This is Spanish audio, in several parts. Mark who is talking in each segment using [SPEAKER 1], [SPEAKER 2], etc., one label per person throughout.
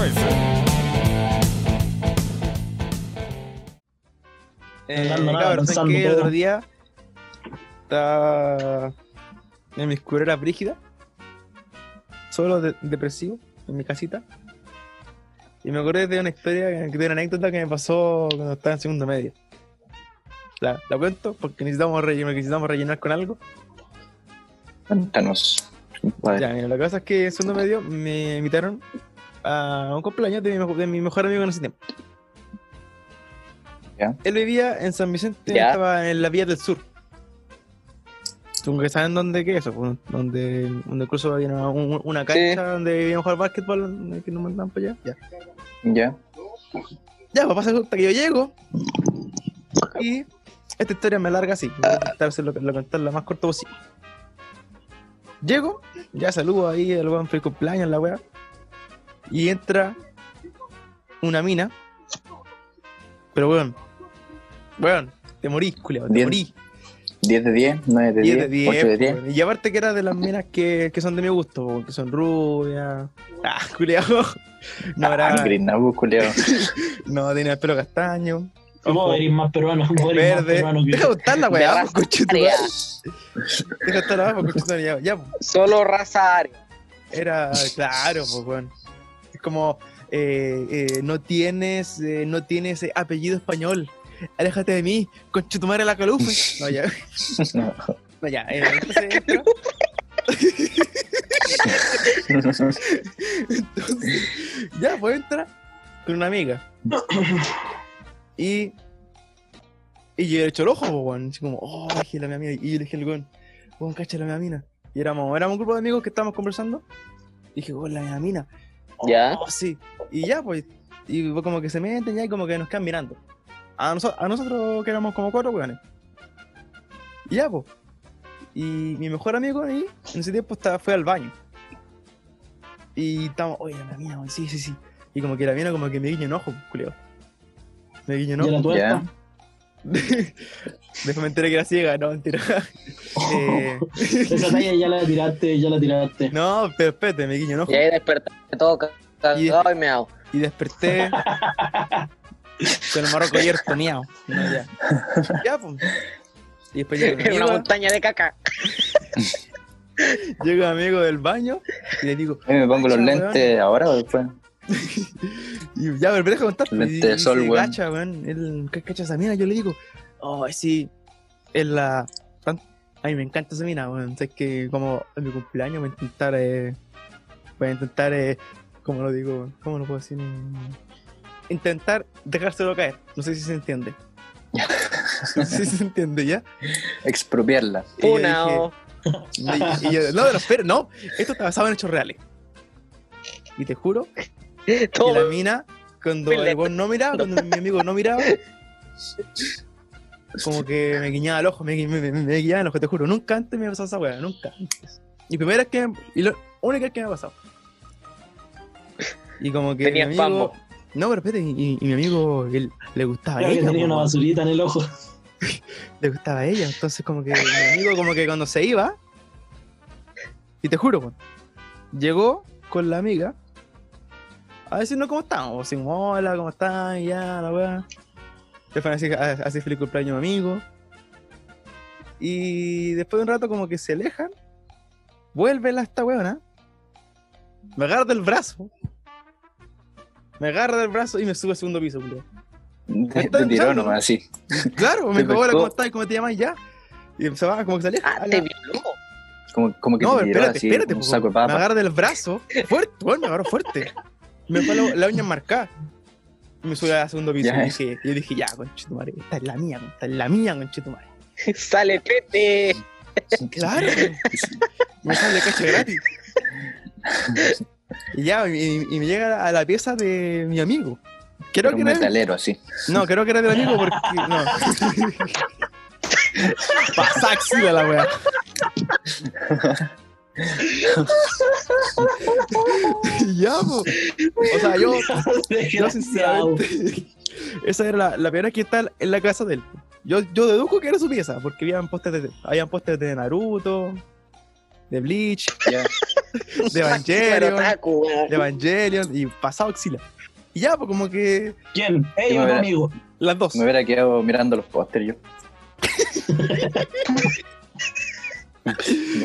[SPEAKER 1] Eh, Eh,
[SPEAKER 2] Hablando nada,
[SPEAKER 1] cabrón, ¿saben
[SPEAKER 2] pensando
[SPEAKER 1] qué? El
[SPEAKER 2] todo.
[SPEAKER 1] otro día estaba en mis cureras brígidas, solo de- depresivo, en mi casita. Y me acordé de una historia, que- de una anécdota que me pasó cuando estaba en segundo medio. La, la cuento porque necesitamos, relle- necesitamos rellenar con algo.
[SPEAKER 3] Cuéntanos. compadre.
[SPEAKER 1] Ya, mira, la cosa es que en segundo medio me invitaron a un cumpleaños de mi, mejo- de mi mejor amigo en ese tiempo.
[SPEAKER 3] Ya.
[SPEAKER 1] Él vivía en San Vicente,
[SPEAKER 3] Ya.
[SPEAKER 1] estaba en la Vía del Sur. Supongo que saben dónde que es eso, pues, donde, donde incluso había una, un- una cancha donde iban a jugar básquetbol, donde que nos mandaban para allá. Ya.
[SPEAKER 3] Ya.
[SPEAKER 1] Ya, papá, resulta que yo llego. Y esta historia me larga así. Voy a intentar hacerlo- lo, contarla lo más corto posible. Llego, ya saludo ahí al weón feliz cumpleaños, la weá. Y entra una mina. Pero weón, weón, te morís, culiao, te
[SPEAKER 3] Bien.
[SPEAKER 1] morí.
[SPEAKER 3] 10 de 10, 9 de
[SPEAKER 1] 10 de pues,
[SPEAKER 3] 10, 8 de
[SPEAKER 1] 10.
[SPEAKER 3] 10.
[SPEAKER 1] weón. Y aparte que era de las minas que, que son de mi gusto, weón, que son rubias. Ah, culiao. No, era,
[SPEAKER 3] Ah, Grinabu, culiao.
[SPEAKER 1] no tenía el pelo castaño.
[SPEAKER 2] Vos
[SPEAKER 1] Ojo.
[SPEAKER 2] eres más peruano, vos eres más
[SPEAKER 1] Verde.
[SPEAKER 2] peruano que
[SPEAKER 1] Deja botar la weá,
[SPEAKER 4] De
[SPEAKER 1] pues, conchetumare. Deja botar la weá, pues, conchetumare, ya- Ya, pues.
[SPEAKER 4] Solo raza área.
[SPEAKER 1] era claro, pues, weón. Es como, eh, eh, no tienes, eh, no tienes eh, apellido español. Aléjate de mí, conchetumare la calufa. No, ya, no, ya. eh, entonces, entra- Entonces, ya, pues entra con una amiga. Y, y yo le echo el ojo, pues, weón. Así como, oh, dije la mi amiga. Y yo le dije al weón, weón, cacha la mi mina. Y éramos, éramos un grupo de amigos que estábamos conversando. Y dije, weón, la mi mina. Oh,
[SPEAKER 4] Ya.
[SPEAKER 1] sí. Y ya, pues, y fue como que se meten ya y como que nos quedan mirando. A, noso- a nosotros que éramos como cuatro weones. Y ya, pues. Y mi mejor amigo ahí, en ese tiempo, estaba, fue al baño. Y estamos, oye, la mina, weón, sí, sí, sí. Y como que la mina como que me guiñó un ojo, culeo. Me guiñó un
[SPEAKER 2] ¿Y
[SPEAKER 1] ojo.
[SPEAKER 2] la tuerta?
[SPEAKER 1] Después me enteré que era ciega, no, mentira. Eh,
[SPEAKER 2] Oh. Esa talla ya la tiraste, ya la tiraste.
[SPEAKER 1] no, pero espérate, me guiñó un ojo.
[SPEAKER 4] Y ahí despertaste todo ca- cagado y meado.
[SPEAKER 1] Y desperté con el marroco ayer toneado. No, ya. Ya, pues. Y después llega mi
[SPEAKER 4] En una
[SPEAKER 1] amigo,
[SPEAKER 4] montaña de caca.
[SPEAKER 1] llega mi amigo del baño y le digo,
[SPEAKER 3] Ay, me pongo los
[SPEAKER 1] Cacha,
[SPEAKER 3] lentes ahora o después.
[SPEAKER 1] Y ya, pero me deja contar. pues,
[SPEAKER 3] Lente de
[SPEAKER 1] y- y
[SPEAKER 3] sol,
[SPEAKER 1] se
[SPEAKER 3] weón.
[SPEAKER 1] Cacha, weón. Él ca- cacha esa mina, yo le digo, oh, sí, es la. tan- Ay, me encanta esa mina, weón. Sabes que como en mi cumpleaños voy a intentar. Eh, voy a intentar. Eh, ¿Cómo lo digo? weón? ¿Cómo lo puedo decir? Mm, Intentar dejárselo caer. No sé si se entiende. no sé si se entiende ya.
[SPEAKER 3] Expropiarla.
[SPEAKER 1] Y yo
[SPEAKER 4] Una oh.
[SPEAKER 1] dije,
[SPEAKER 4] o.
[SPEAKER 1] y- y yo, no, pero espera, no. Esto está basado en hechos reales. Y te juro y la
[SPEAKER 4] Todo.
[SPEAKER 1] mina, cuando
[SPEAKER 4] Filete.
[SPEAKER 1] el weón no miraba, cuando mi amigo no miraba, como que me guiñaba el ojo, me, gui- me, me- me guiñaba el ojo, te juro. Nunca antes me ha pasado esa weá, nunca antes. Y primera vez que me, y la única vez que me ha pasado. Y como que
[SPEAKER 4] Tenías
[SPEAKER 1] mi amigo.
[SPEAKER 4] pambo.
[SPEAKER 1] No, pero espérate, y- y, y mi amigo él- le gustaba
[SPEAKER 2] Claro que
[SPEAKER 1] ella,
[SPEAKER 2] tenía
[SPEAKER 1] po,
[SPEAKER 2] una basurita en el ojo.
[SPEAKER 1] le gustaba ella. Entonces como que mi amigo como que cuando se iba, y te juro, weón, llegó con la amiga a decirnos cómo estamos, así como, hola, ¿cómo están? Y ya, la weá. Después así, así feliz cumpleaños amigo. Y después de un rato como que se alejan, vuelve la esta weona, me agarra del brazo, me agarra del brazo y me sube al segundo piso, culiao.
[SPEAKER 3] De,
[SPEAKER 1] está
[SPEAKER 3] de tirón
[SPEAKER 1] entrando.
[SPEAKER 3] nomás, así.
[SPEAKER 1] Claro, me
[SPEAKER 3] Te
[SPEAKER 1] dijo, hola,
[SPEAKER 3] pescó.
[SPEAKER 1] ¿cómo estás? ¿Cómo te llamas? Y Ya. Y se va, como que salía.
[SPEAKER 4] Ah, te violó.
[SPEAKER 3] Como, como que
[SPEAKER 1] No,
[SPEAKER 3] te tiró
[SPEAKER 1] espérate,
[SPEAKER 3] así,
[SPEAKER 1] espérate,
[SPEAKER 3] como
[SPEAKER 1] po,
[SPEAKER 3] un saco de
[SPEAKER 1] me
[SPEAKER 3] papa.
[SPEAKER 1] agarra del brazo, fuerte, weón, me agarró fuerte. Me fue la, la uña marcada. Y me subí al segundo piso
[SPEAKER 3] Ya.
[SPEAKER 1] y dije, yo dije, ya, conchetumare, esta es la mía, esta es la mía, conchetumare.
[SPEAKER 4] Sale pete.
[SPEAKER 1] Claro, me sale cacha gratis. Y ya, y, y me llega a la pieza de mi amigo. Creo
[SPEAKER 3] Era
[SPEAKER 1] que
[SPEAKER 3] un
[SPEAKER 1] era él.
[SPEAKER 3] metalero así.
[SPEAKER 1] No, creo que era del amigo porque. No. Pasá axila la wea. ya, po. O sea, yo, yo sinceramente. Esa era la, la primera que está en la casa de él. Yo, yo deduzco que era su pieza, porque habían pósters de, habían pósters de Naruto, de Bleach,
[SPEAKER 3] Ya.
[SPEAKER 1] de Evangelion,
[SPEAKER 4] Otaku, weón.
[SPEAKER 1] de Evangelion y pasado axila. Y ya, pues como que
[SPEAKER 2] ¿Quién? Ella, un
[SPEAKER 3] Primavera.
[SPEAKER 2] amigo.
[SPEAKER 1] Las dos.
[SPEAKER 3] Me hubiera quedado mirando los pósteres yo.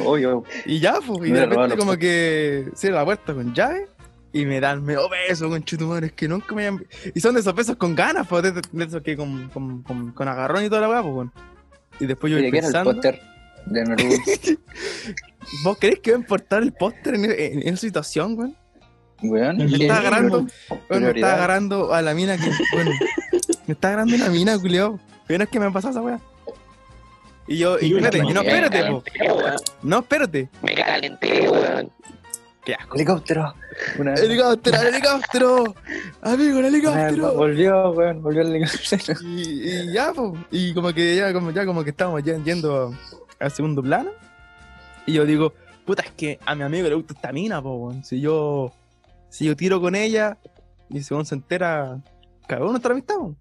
[SPEAKER 3] no, yo.
[SPEAKER 1] Y ya, pues, y
[SPEAKER 3] Me
[SPEAKER 1] de
[SPEAKER 3] robaron
[SPEAKER 1] repente
[SPEAKER 3] los
[SPEAKER 1] como
[SPEAKER 3] focos.
[SPEAKER 1] que cierra la puerta con llave y me dan medio beso, con chutumar, es que nunca me hayan... Y son de esos besos con ganas, pues, de, de- de esos que con, con, con, con agarrón y toda la weá, pues, weón. Y después yo
[SPEAKER 3] ¿Y
[SPEAKER 1] voy
[SPEAKER 3] de qué era el
[SPEAKER 1] pensando,
[SPEAKER 3] póster? De Naruto.
[SPEAKER 1] ¿vos crees que va a importar el póster en, en- en esa situación, weón?
[SPEAKER 3] Weón.
[SPEAKER 2] Me
[SPEAKER 3] ¿qué-
[SPEAKER 1] está agarrando,
[SPEAKER 3] weón,
[SPEAKER 1] Weón, me
[SPEAKER 3] prioridad.
[SPEAKER 1] está agarrando a la mina que, bueno, me está agarrando la mina, culiao. Pero es que me han pasado esa weá. Y yo, y
[SPEAKER 2] Y una
[SPEAKER 1] espérate, y no,
[SPEAKER 2] que-
[SPEAKER 1] espérate, po,
[SPEAKER 4] weón.
[SPEAKER 1] no, espérate.
[SPEAKER 4] Me calenté, weón.
[SPEAKER 1] Qué asco.
[SPEAKER 3] Helicóptero. Una vez.
[SPEAKER 1] ¡Helicóptero, helicóptero! Amigo, el
[SPEAKER 3] Ah,
[SPEAKER 1] helicóptero.
[SPEAKER 3] Volvió, weón, volvió el helicóptero.
[SPEAKER 1] y, y ya, po. y como que ya como, ya como que estábamos ya yendo al segundo plano. Y yo digo, puta, es que a mi amigo le gusta esta mina, po, weón. Si yo, si yo tiro con ella y según se entera, cagó nuestra amistad, po.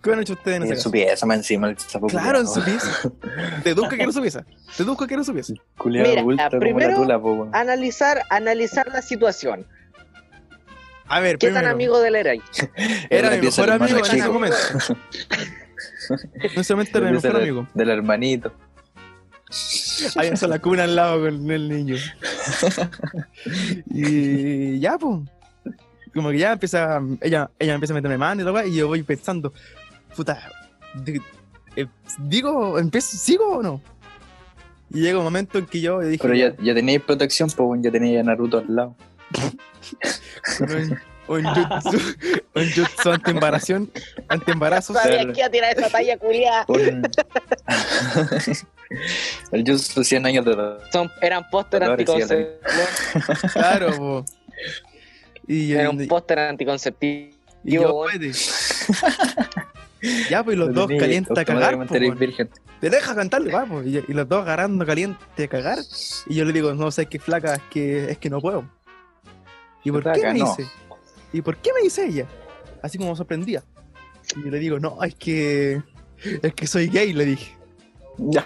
[SPEAKER 1] ¿Qué han hecho ustedes en
[SPEAKER 3] En
[SPEAKER 1] ese caso?
[SPEAKER 3] su pieza, más encima el sapo.
[SPEAKER 1] Claro, en su pieza. Deduzca que era su pieza. Deduzca que era su pieza.
[SPEAKER 3] Culeado
[SPEAKER 4] Mira,
[SPEAKER 3] bulto como
[SPEAKER 4] primero-
[SPEAKER 3] la tula, po, weón.
[SPEAKER 4] Analizar, analizar la situación.
[SPEAKER 1] A ver,
[SPEAKER 4] ¿Qué
[SPEAKER 1] primero,
[SPEAKER 4] tan amigo de él era?
[SPEAKER 1] era
[SPEAKER 3] Era
[SPEAKER 1] mi
[SPEAKER 3] pieza
[SPEAKER 1] mejor
[SPEAKER 3] del
[SPEAKER 1] amigo en
[SPEAKER 3] hermano
[SPEAKER 1] ese
[SPEAKER 3] chico.
[SPEAKER 1] momento. En ese momento era mi
[SPEAKER 3] La pieza
[SPEAKER 1] mejor
[SPEAKER 3] del-
[SPEAKER 1] amigo.
[SPEAKER 3] Del hermanito.
[SPEAKER 1] Hay una sola cuna al lado con el niño. y ya, pues. Como que ya empieza. Ella, ella empieza a meterme mano y todo, y yo voy pensando, puta, di- eh, digo, empiezo, ¿sigo o no? Y llega un momento en que yo dije,
[SPEAKER 3] Pero ya, ya teníais protección, pues weón, ya teníais a Naruto al lado.
[SPEAKER 1] un, un jutsu, un jutsu antiembaración, antiembarazos.
[SPEAKER 4] Sabía
[SPEAKER 3] Claro.
[SPEAKER 4] que iba a tirar esa talla culiada.
[SPEAKER 3] Un- el Jutsu 100 años de edad.
[SPEAKER 4] Son, eran póster
[SPEAKER 3] Dolores, sí, la-
[SPEAKER 4] anticonceptivos.
[SPEAKER 1] Claro, po. Y yo,
[SPEAKER 4] Era un póster anticonceptivo.
[SPEAKER 1] y yo,
[SPEAKER 4] weón.
[SPEAKER 1] "Puede". Ya, pues los dos calienta a cagar. po,
[SPEAKER 3] Automáticamente eres
[SPEAKER 1] weón.
[SPEAKER 3] virgen.
[SPEAKER 1] te deja cantarle, vamos. Y, y los dos agarrando caliente a cagar. Y yo le digo, no sé qué flaca, es que, es que no puedo. ¿Y por qué
[SPEAKER 3] Flaca,
[SPEAKER 1] me
[SPEAKER 3] no.
[SPEAKER 1] dice? ¿Y por qué me dice ella? Así como sorprendía. Y yo le digo, no, es que. Es que soy gay, le dije.
[SPEAKER 3] Ya.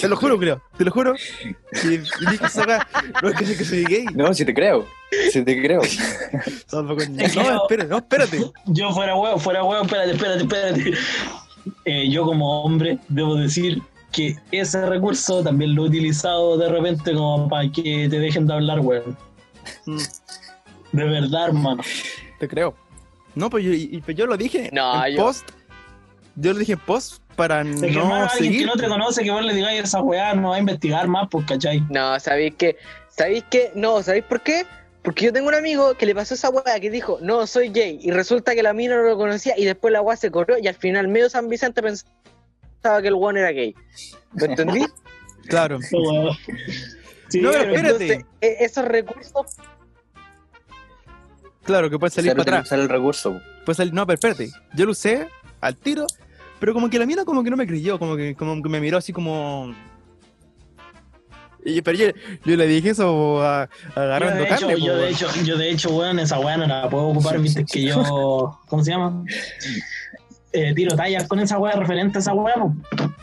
[SPEAKER 1] Te lo juro, creo, te lo juro. Y, y dije, saca, no es que, es que soy gay.
[SPEAKER 3] No, si te creo. Si te creo.
[SPEAKER 1] Salvo con- No, espérate, no, espérate.
[SPEAKER 2] Yo fuera huevo, fuera huevo, espérate, espérate, espérate. Eh, yo como hombre debo decir que ese recurso también lo he utilizado de repente como para que te dejen de hablar, weón.
[SPEAKER 1] Mm,
[SPEAKER 2] De verdad, hermano.
[SPEAKER 1] Te creo. No, pues yo, y- y pues yo lo dije
[SPEAKER 4] No,
[SPEAKER 1] en
[SPEAKER 4] yo-
[SPEAKER 1] post. Yo lo dije en post para
[SPEAKER 2] Es
[SPEAKER 1] no
[SPEAKER 2] que, hermano, alguien
[SPEAKER 1] seguir.
[SPEAKER 2] que no te conoce, que vos le digáis esa weá, no va a investigar más, pues, ¿cachai?
[SPEAKER 4] No, ¿sabéis que ¿Sabéis que No, ¿sabéis por qué? Porque yo tengo un amigo que le pasó esa weá que dijo, no, soy gay. Y resulta que la mina no lo conocía y después la weá se corrió y al final medio San Vicente pensaba que el weón era gay. ¿Me entendí?
[SPEAKER 1] Claro.
[SPEAKER 2] Esa weá. Sí,
[SPEAKER 1] No, pero
[SPEAKER 2] pero-
[SPEAKER 1] espérate.
[SPEAKER 4] Entonces, e- esos recursos...
[SPEAKER 1] Claro, que puede salir
[SPEAKER 3] Saber
[SPEAKER 1] para atrás.
[SPEAKER 3] utilizar el recurso.
[SPEAKER 1] Puede salir, Pues no, pero espérate. Yo lo usé al tiro, pero como que la mina como que no me creyó, como que, como que me miró así como. Y, pero yo, yo le dije eso a, a
[SPEAKER 2] Yo
[SPEAKER 1] agarrando
[SPEAKER 2] de, hecho,
[SPEAKER 1] carne. pues. po,
[SPEAKER 2] yo, de
[SPEAKER 1] weón.
[SPEAKER 2] hecho, yo de hecho, weón, esa weá no la puedo ocupar mientras que yo. ¿Cómo se llama? Eh, tiro tallas con esa weá referente a esa weá, pues. po,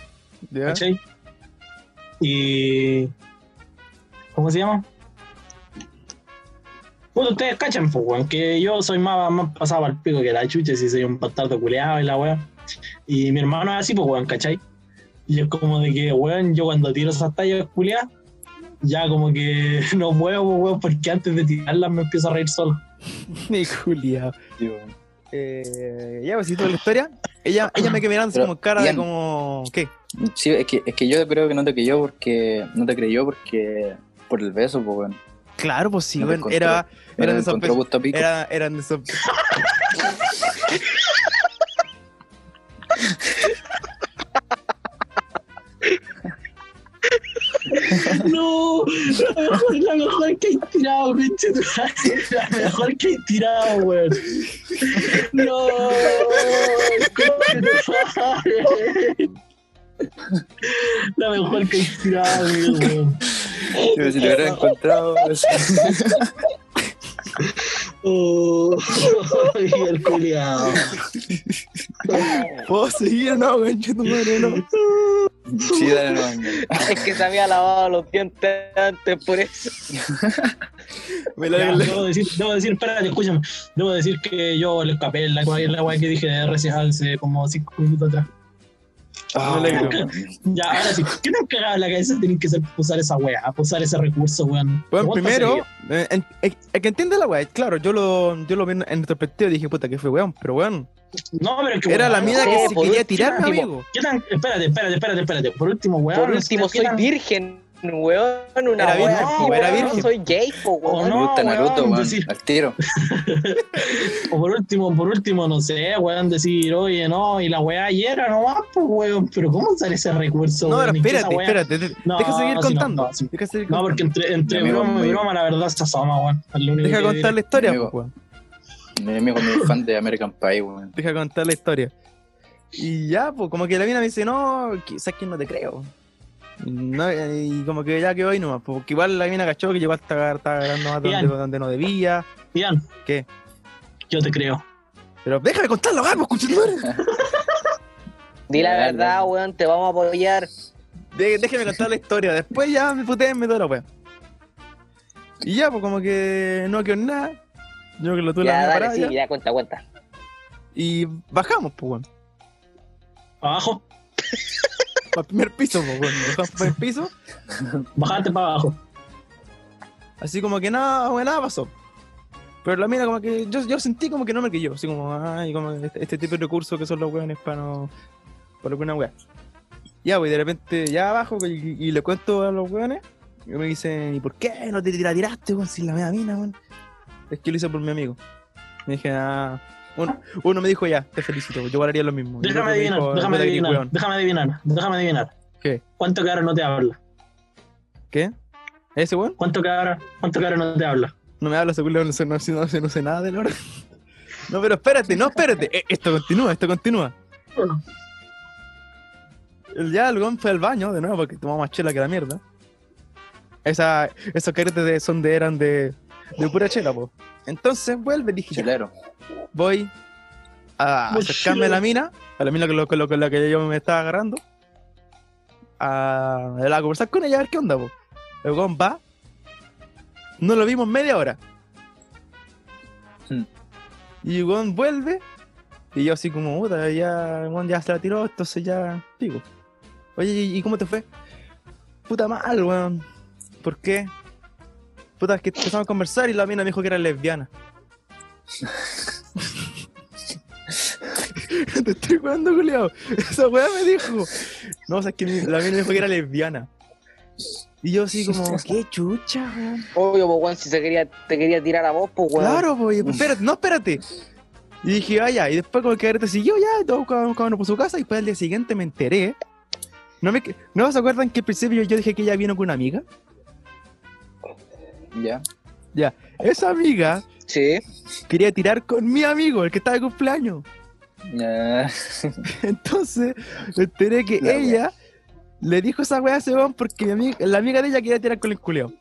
[SPEAKER 1] ¿Ya?
[SPEAKER 2] ¿cachai? Y. ¿Cómo se llama? Bueno, ustedes cachan, pues, weón, que yo soy más, más pasado al pico que la chucha, si soy un bastardo culeado y la weá. Y mi hermano es así, pues, weón, ¿cachai? Y es como de que, weón, yo cuando tiro esas tallas culeadas, ya como que no muevo, pues, weón, porque antes de tirarlas me empiezo a reír solo.
[SPEAKER 1] Ni culiao.
[SPEAKER 3] Digo,
[SPEAKER 1] Eh, ya, pues si toda la historia. Ella, ella me quedó mirando así
[SPEAKER 3] Pero,
[SPEAKER 1] como cara
[SPEAKER 3] bien.
[SPEAKER 1] de como. ¿Qué?
[SPEAKER 3] Sí, es que, es que yo creo que no te creyó porque. No te creyó porque. Por el beso, pues, weón.
[SPEAKER 1] Claro, pues sí,
[SPEAKER 3] No te
[SPEAKER 1] weón,
[SPEAKER 3] encontró.
[SPEAKER 1] era,
[SPEAKER 3] No
[SPEAKER 1] eran
[SPEAKER 3] le
[SPEAKER 1] esos
[SPEAKER 3] encontró
[SPEAKER 1] besos.
[SPEAKER 3] gusto a pico.
[SPEAKER 1] Era, eran esos.
[SPEAKER 2] No, la mejor, la mejor que hay tirado, pinche. tu madre, La mejor que hay tirado, weón. No, conche tu madre. La mejor que hay tirado, weón.
[SPEAKER 3] Yo, si te hubiera encontrado.
[SPEAKER 2] Oh, y el culiao.
[SPEAKER 1] ¿Puedo seguir o Oh, no, weón? Yo tu madre, no.
[SPEAKER 3] Sí, dale, no.
[SPEAKER 4] Es que se había lavado los dientes antes por eso.
[SPEAKER 1] Me la-
[SPEAKER 2] Ya, Debo decir, debo decir, espérate, escúchame. Debo decir que yo le escapé la agua la weá que dije recién hace como 5 minutos atrás.
[SPEAKER 1] Ah, me alegro.
[SPEAKER 3] weón.
[SPEAKER 2] Ya, ahora sí. ¿Qué nos cagaba en la cabeza tienen que ser usar esa weá, usar ese recurso, weón?
[SPEAKER 1] Bueno,
[SPEAKER 2] Aguanta
[SPEAKER 1] primero,
[SPEAKER 2] seguir.
[SPEAKER 1] eh, en- el el que entiende la weá, claro, yo lo, yo lo vi en retrospectiva y dije, puta, que fue weón, pero weón,
[SPEAKER 2] No, pero es que
[SPEAKER 1] era
[SPEAKER 2] weón,
[SPEAKER 1] la mina que
[SPEAKER 4] no,
[SPEAKER 1] se
[SPEAKER 4] por
[SPEAKER 1] quería
[SPEAKER 4] último,
[SPEAKER 1] tirar,
[SPEAKER 2] tipo,
[SPEAKER 1] amigo.
[SPEAKER 2] ¿Qué tan? Espérate, espérate, espérate, espérate. Por último, weón.
[SPEAKER 4] Por
[SPEAKER 2] no
[SPEAKER 4] último,
[SPEAKER 2] sé, ¿qué
[SPEAKER 4] soy
[SPEAKER 2] tan-
[SPEAKER 4] virgen, weón. Una
[SPEAKER 1] Era
[SPEAKER 4] wea
[SPEAKER 2] virgen,
[SPEAKER 4] así,
[SPEAKER 2] po, era
[SPEAKER 4] weón,
[SPEAKER 1] virgen.
[SPEAKER 4] soy gay, po,
[SPEAKER 2] O
[SPEAKER 4] weón.
[SPEAKER 2] no,
[SPEAKER 3] Me gusta Naruto,
[SPEAKER 2] weón,
[SPEAKER 3] weón.
[SPEAKER 2] decir-
[SPEAKER 3] Al tiro.
[SPEAKER 2] O por último, por último, no sé, weón, decir, oye, no, y la weá ayer era nomás, pues, weón. Pero ¿cómo usar ese recurso,
[SPEAKER 1] No,
[SPEAKER 2] weón?
[SPEAKER 1] pero
[SPEAKER 2] ¿En qué esa
[SPEAKER 1] espérate,
[SPEAKER 2] weá?
[SPEAKER 1] espérate, de-
[SPEAKER 2] No,
[SPEAKER 1] deja seguir
[SPEAKER 2] sí, no,
[SPEAKER 1] contando.
[SPEAKER 2] no, sí.
[SPEAKER 1] Deja seguir
[SPEAKER 2] No,
[SPEAKER 1] contando.
[SPEAKER 2] porque entre, entre
[SPEAKER 3] Mi amigo
[SPEAKER 2] broma
[SPEAKER 3] me
[SPEAKER 2] y
[SPEAKER 3] dijo.
[SPEAKER 2] broma, la verdad, se asoma, weón. Es lo único
[SPEAKER 1] Deja
[SPEAKER 2] que
[SPEAKER 1] contar
[SPEAKER 2] diré.
[SPEAKER 1] la historia,
[SPEAKER 3] Amigo.
[SPEAKER 1] pues, weón.
[SPEAKER 3] Mi amigo es muy fan de American Pie, weón.
[SPEAKER 1] Deja contar la historia. Y ya, pues, como que la mina me dice, no, quizás que no te creo. No, y como que ya que hoy nomás, pues, porque igual la mina cachó que llegó hasta estaba agarrando más donde,
[SPEAKER 2] Ian.
[SPEAKER 1] donde no debía.
[SPEAKER 2] Ian.
[SPEAKER 1] ¿Qué?
[SPEAKER 2] Yo te creo.
[SPEAKER 1] Pero déjame contarlo, vamos, pues, conchetumare.
[SPEAKER 4] Di la
[SPEAKER 3] Dale.
[SPEAKER 4] verdad, weón, te vamos a apoyar.
[SPEAKER 1] De- déjeme contar la historia, después ya me puteen, toda la wea. Y ya, pues como que no quedó en nada. Yo que lo tuve la
[SPEAKER 4] ya,
[SPEAKER 1] mina
[SPEAKER 4] dale,
[SPEAKER 1] parada
[SPEAKER 4] sí,
[SPEAKER 1] ya.
[SPEAKER 4] ya, cuenta, cuenta.
[SPEAKER 1] Y bajamos, pues weón.
[SPEAKER 2] Abajo,
[SPEAKER 1] Para el primer piso, pues weón. Bajamos para el piso.
[SPEAKER 2] bajate para abajo.
[SPEAKER 1] Así como que nada, bueno, nada pasó. Pero la mina como que yo, yo sentí como que no me creyó, así como, ay, como este, este tipo de recursos que son los weones para no, para alguna wea. Ya, pues de repente ya abajo y, y le cuento a los weones, y me dicen, ¿y por qué no te la tiraste, weón, si la media mina, weón? Es que lo hice por mi amigo. Me dije, ah, uno, uno me dijo, ya, te felicito, yo haría lo mismo. Y el otro
[SPEAKER 2] Déjame
[SPEAKER 1] me
[SPEAKER 2] adivinar,
[SPEAKER 1] dijo, "No
[SPEAKER 2] déjame
[SPEAKER 1] te creí,
[SPEAKER 2] adivinar,
[SPEAKER 1] weón".
[SPEAKER 2] déjame adivinar, déjame adivinar.
[SPEAKER 1] ¿Qué?
[SPEAKER 2] ¿Cuánto que ahora no te habla?
[SPEAKER 1] ¿Qué? ¿Ese weón?
[SPEAKER 2] ¿Cuánto que ahora, cuánto que ahora no te habla?
[SPEAKER 1] No me habla según no sé, no, sé- no sé- no sé nada de Lord. No, pero espérate, no, espérate. E- Esto continúa, esto continúa. El- Ya el weón fue al baño de nuevo porque tomó más chela que la mierda. Esa, esos caretes de, son de, eran de, de pura chela, po. Entonces vuelve, dije, ya,
[SPEAKER 3] Chilero.
[SPEAKER 1] voy a
[SPEAKER 2] Muy
[SPEAKER 1] acercarme a la mina, a la mina con, lo- con lo- con la que yo me estaba agarrando, a, a conversar con ella a ver qué onda, po. El weón va, no lo vimos media hora.
[SPEAKER 3] Hmm.
[SPEAKER 1] Y el weón vuelve, y yo así como, puta, ya, el weón ya se la tiró, entonces ya, digo, oye, ¿y y cómo te fue? Puta mal, weón. ¿Por qué? Puta, es que empezamos a conversar y la mina me dijo que era lesbiana. Te estoy jugando, culiao. Esa weá me dijo. No, o sea, es que mi- la mina me dijo que era lesbiana. Y yo así como, qué chucha, weón.
[SPEAKER 4] Obvio, po, weón, si se quería, te quería tirar a vos, po, weón.
[SPEAKER 1] Claro, pues, espérate, no, espérate. Y dije, vaya, y después como que ahorita siguió ya, todos cada uno cada uno por su casa, y después al día siguiente me enteré. ¿No, me, ¿No se acuerdan que al principio yo dije que ella vino con una amiga?
[SPEAKER 3] Ya.
[SPEAKER 1] Esa amiga
[SPEAKER 4] Sí.
[SPEAKER 1] quería tirar con mi amigo, el que estaba de cumpleaños.
[SPEAKER 3] Ya.
[SPEAKER 1] Entonces me enteré que
[SPEAKER 3] La
[SPEAKER 1] ella le dijo esa weá a ese weón porque mi amiga- la amiga de ella quería tirar con el culeo.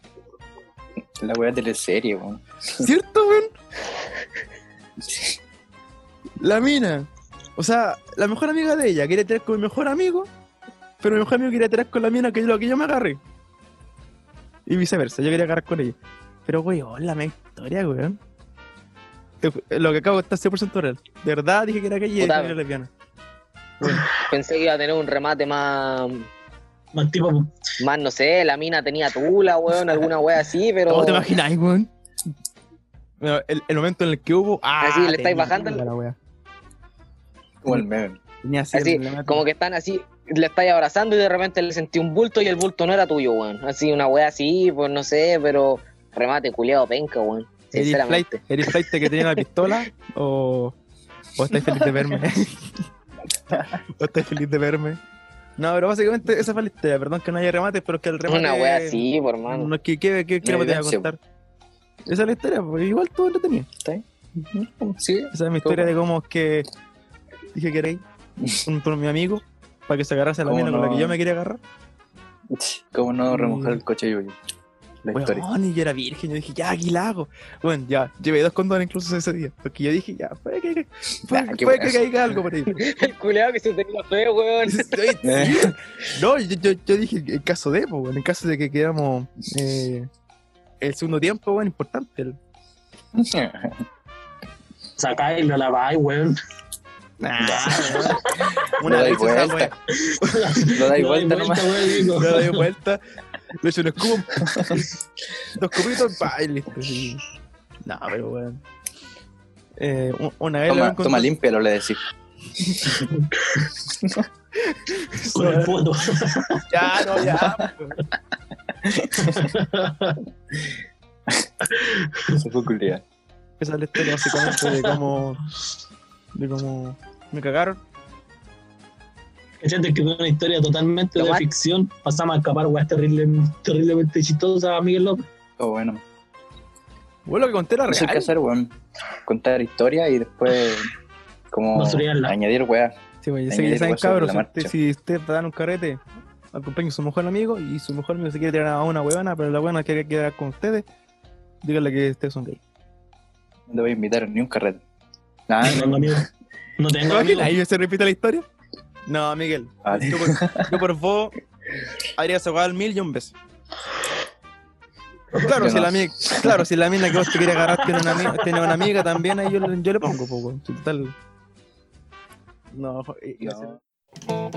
[SPEAKER 3] La weá teleserie, weón.
[SPEAKER 1] ¿Cierto, weón? La mina. O sea, la mejor amiga de ella quería tirar con mi mejor amigo, pero mi mejor amigo quería tirar con la mina que yo, que yo me agarré. Y viceversa, yo quería agarrar con ella. Pero, weón, la media historia, weón. Te ju- Lo que acabo de estar 100% real. De verdad dije que era aquella y
[SPEAKER 4] Puta.
[SPEAKER 1] dije que era lesbiana.
[SPEAKER 4] Pensé que iba a tener un remate más.
[SPEAKER 2] Más tipo,
[SPEAKER 4] Más, no sé, la mina tenía tula, weón, alguna wea así, pero.
[SPEAKER 1] ¿Cómo te imagináis, weón? Bueno, El, el momento en el que hubo. ¡Ah!
[SPEAKER 4] Así, le estáis
[SPEAKER 1] tenía
[SPEAKER 4] bajando el-
[SPEAKER 1] la wea.
[SPEAKER 3] Como el meme.
[SPEAKER 1] Tenía así,
[SPEAKER 4] Así,
[SPEAKER 1] el- la-
[SPEAKER 4] como que están así, le estáis abrazando y de repente le sentí un bulto y el bulto no era tuyo, weón. Así, una wea así, pues no sé, pero remate culiado penca, weón.
[SPEAKER 1] ¿Eres
[SPEAKER 4] Sinceramente.
[SPEAKER 1] flight, eres flight que tenía la pistola o, o estáis feliz de verme? ¿O estáis feliz de verme? No, pero básicamente esa fue la historia. Perdón que no haya remates, pero es que el remate...
[SPEAKER 4] Una wea así, por hermano.
[SPEAKER 1] No, ¿qué, qué, qué, qué no
[SPEAKER 3] Una
[SPEAKER 1] te voy a
[SPEAKER 3] vivencia,
[SPEAKER 1] contar? Esa es la historia, pues, igual tú lo tenías.
[SPEAKER 3] Sí.
[SPEAKER 1] Esa es mi historia de cómo es que dije que era gay con, con mi amigo para que se agarrase a la
[SPEAKER 3] ¿Cómo
[SPEAKER 1] mina con la
[SPEAKER 3] no?
[SPEAKER 1] que yo me quería agarrar.
[SPEAKER 3] ¿Cómo no remojar el coche yo? La historia.
[SPEAKER 1] Weón, y yo era virgen, yo dije, ya, aquí la hago. Bueno, ya, llevé dos condones incluso ese día. Porque yo dije, ya, puede que, puede-
[SPEAKER 3] Nah, qué
[SPEAKER 1] puede que
[SPEAKER 3] buenazo.
[SPEAKER 1] caiga algo por ahí.
[SPEAKER 4] El culeado que se tenía fe, weón.
[SPEAKER 1] Estoy- no, yo, yo, yo dije, en caso de, pues, weón, en caso de que quedamos eh, el segundo tiempo, weón, importante. El-
[SPEAKER 2] Sacáis y lo laváis, weón.
[SPEAKER 1] Nah,
[SPEAKER 3] Ya.
[SPEAKER 1] weón.
[SPEAKER 3] Lo
[SPEAKER 1] Una
[SPEAKER 3] dais
[SPEAKER 1] vez esa weá.
[SPEAKER 3] vuelta. Lo dais
[SPEAKER 2] Lo dais
[SPEAKER 3] vuelta nomás.
[SPEAKER 2] weón, digo.
[SPEAKER 1] Lo doy vuelta. Le echo un escudo. Dos cubitos, pa, y listo. sí. Nah, pero weón. Eh, un- una vez lo
[SPEAKER 3] Toma,
[SPEAKER 1] encontré-
[SPEAKER 3] toma limpia, lo le decís.
[SPEAKER 2] Con el puto.
[SPEAKER 1] Ya, no, ya. pues.
[SPEAKER 3] Eso fue culiao.
[SPEAKER 1] Esa es la historia básicamente de cómo. de cómo. me cagaron.
[SPEAKER 2] Cachate que fue una historia totalmente
[SPEAKER 4] Lo
[SPEAKER 2] de
[SPEAKER 4] cual-
[SPEAKER 2] ficción. Pasamos a escapar, weón, terrible, terriblemente chistosa a Miguel López.
[SPEAKER 3] Todo Oh, bueno.
[SPEAKER 1] Bueno, lo que conté era
[SPEAKER 3] No sé qué
[SPEAKER 1] real.
[SPEAKER 3] hacer, weón. Contar historias y después como
[SPEAKER 2] Basurearla.
[SPEAKER 3] añadir weá.
[SPEAKER 1] Sí, güey, ya
[SPEAKER 3] Ahí
[SPEAKER 1] sé que ya
[SPEAKER 3] digo
[SPEAKER 1] saben,
[SPEAKER 3] sobre
[SPEAKER 1] cabros.
[SPEAKER 3] la
[SPEAKER 1] Si usted,
[SPEAKER 3] marcha.
[SPEAKER 1] si usted está dando un carrete, acompañe a su mejor amigo y su mejor amigo se quiere tirar a una huevona, pero la huevona quiere quedar con ustedes, díganle que ustedes son gay.
[SPEAKER 3] No te voy a invitar ni un carrete. Nah,
[SPEAKER 2] No tengo amigos. No tengo
[SPEAKER 1] ¿No
[SPEAKER 2] amigos.
[SPEAKER 1] ahí se repite la historia? No, Miguel.
[SPEAKER 3] Vale.
[SPEAKER 1] Yo, por, yo por vos haría esa hueá al mil y un beso. Claro,
[SPEAKER 3] Yo
[SPEAKER 1] si
[SPEAKER 3] no.
[SPEAKER 1] la, mi- claro, si la mina que vos te quiere agarrar tiene una, ami- tiene una amiga también, ahí yo, le- yo le pongo poco. Total. No, y- y-
[SPEAKER 3] no.